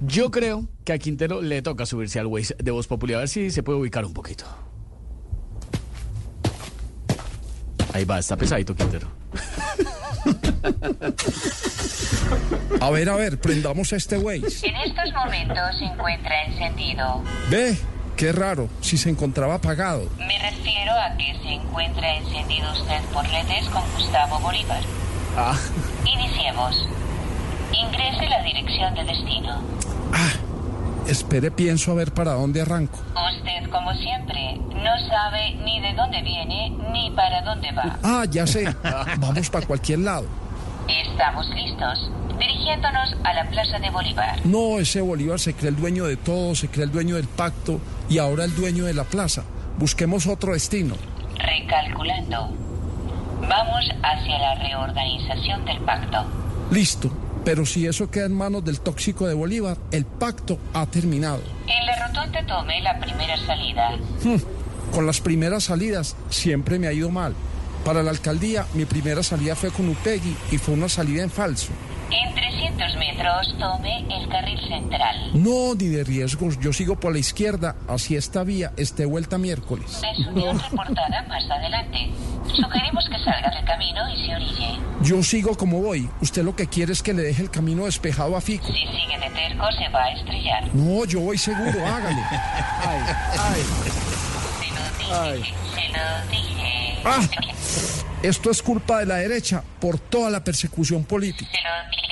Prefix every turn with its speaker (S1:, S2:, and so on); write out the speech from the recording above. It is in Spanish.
S1: Yo creo que a Quintero le toca subirse al Waze de Voz Popular, a ver si se puede ubicar un poquito. Ahí va, está pesadito Quintero.
S2: A ver, a ver, prendamos este Waze.
S3: En estos momentos se encuentra encendido.
S2: Ve, qué raro, si se encontraba apagado.
S3: Me refiero a que se encuentra encendido usted por redes con Gustavo Bolívar.
S1: Ah,
S3: Iniciemos. Ingrese la dirección de destino.
S2: Ah, espere, pienso a ver para dónde arranco.
S3: Usted, como siempre, no sabe ni de dónde viene ni para dónde va.
S2: Ah, ya sé, vamos para cualquier lado.
S3: Estamos listos, dirigiéndonos a la Plaza de Bolívar.
S2: No, ese Bolívar se cree el dueño de todo, se cree el dueño del pacto y ahora el dueño de la plaza. Busquemos otro destino.
S3: Recalculando. Vamos hacia la reorganización del pacto.
S2: Listo, pero si eso queda en manos del tóxico de Bolívar, el pacto ha terminado.
S3: En la rotonda tome la primera salida.
S2: Mm, Con las primeras salidas siempre me ha ido mal. Para la alcaldía, mi primera salida fue con Upegui y fue una salida en falso.
S3: En 300 metros tome el carril central.
S2: No, ni de riesgos, yo sigo por la izquierda, así esta vía esté vuelta miércoles.
S3: Desunión reportada más adelante. Sugerimos que salga del camino y se orille.
S2: Yo sigo como voy, usted lo que quiere es que le deje el camino despejado a Fico.
S3: Si sigue de terco se va a estrellar.
S2: No, yo voy seguro, hágale.
S3: Se lo dije, se lo dije.
S2: Ah. Esto es culpa de la derecha por toda la persecución política.
S3: Se lo dije.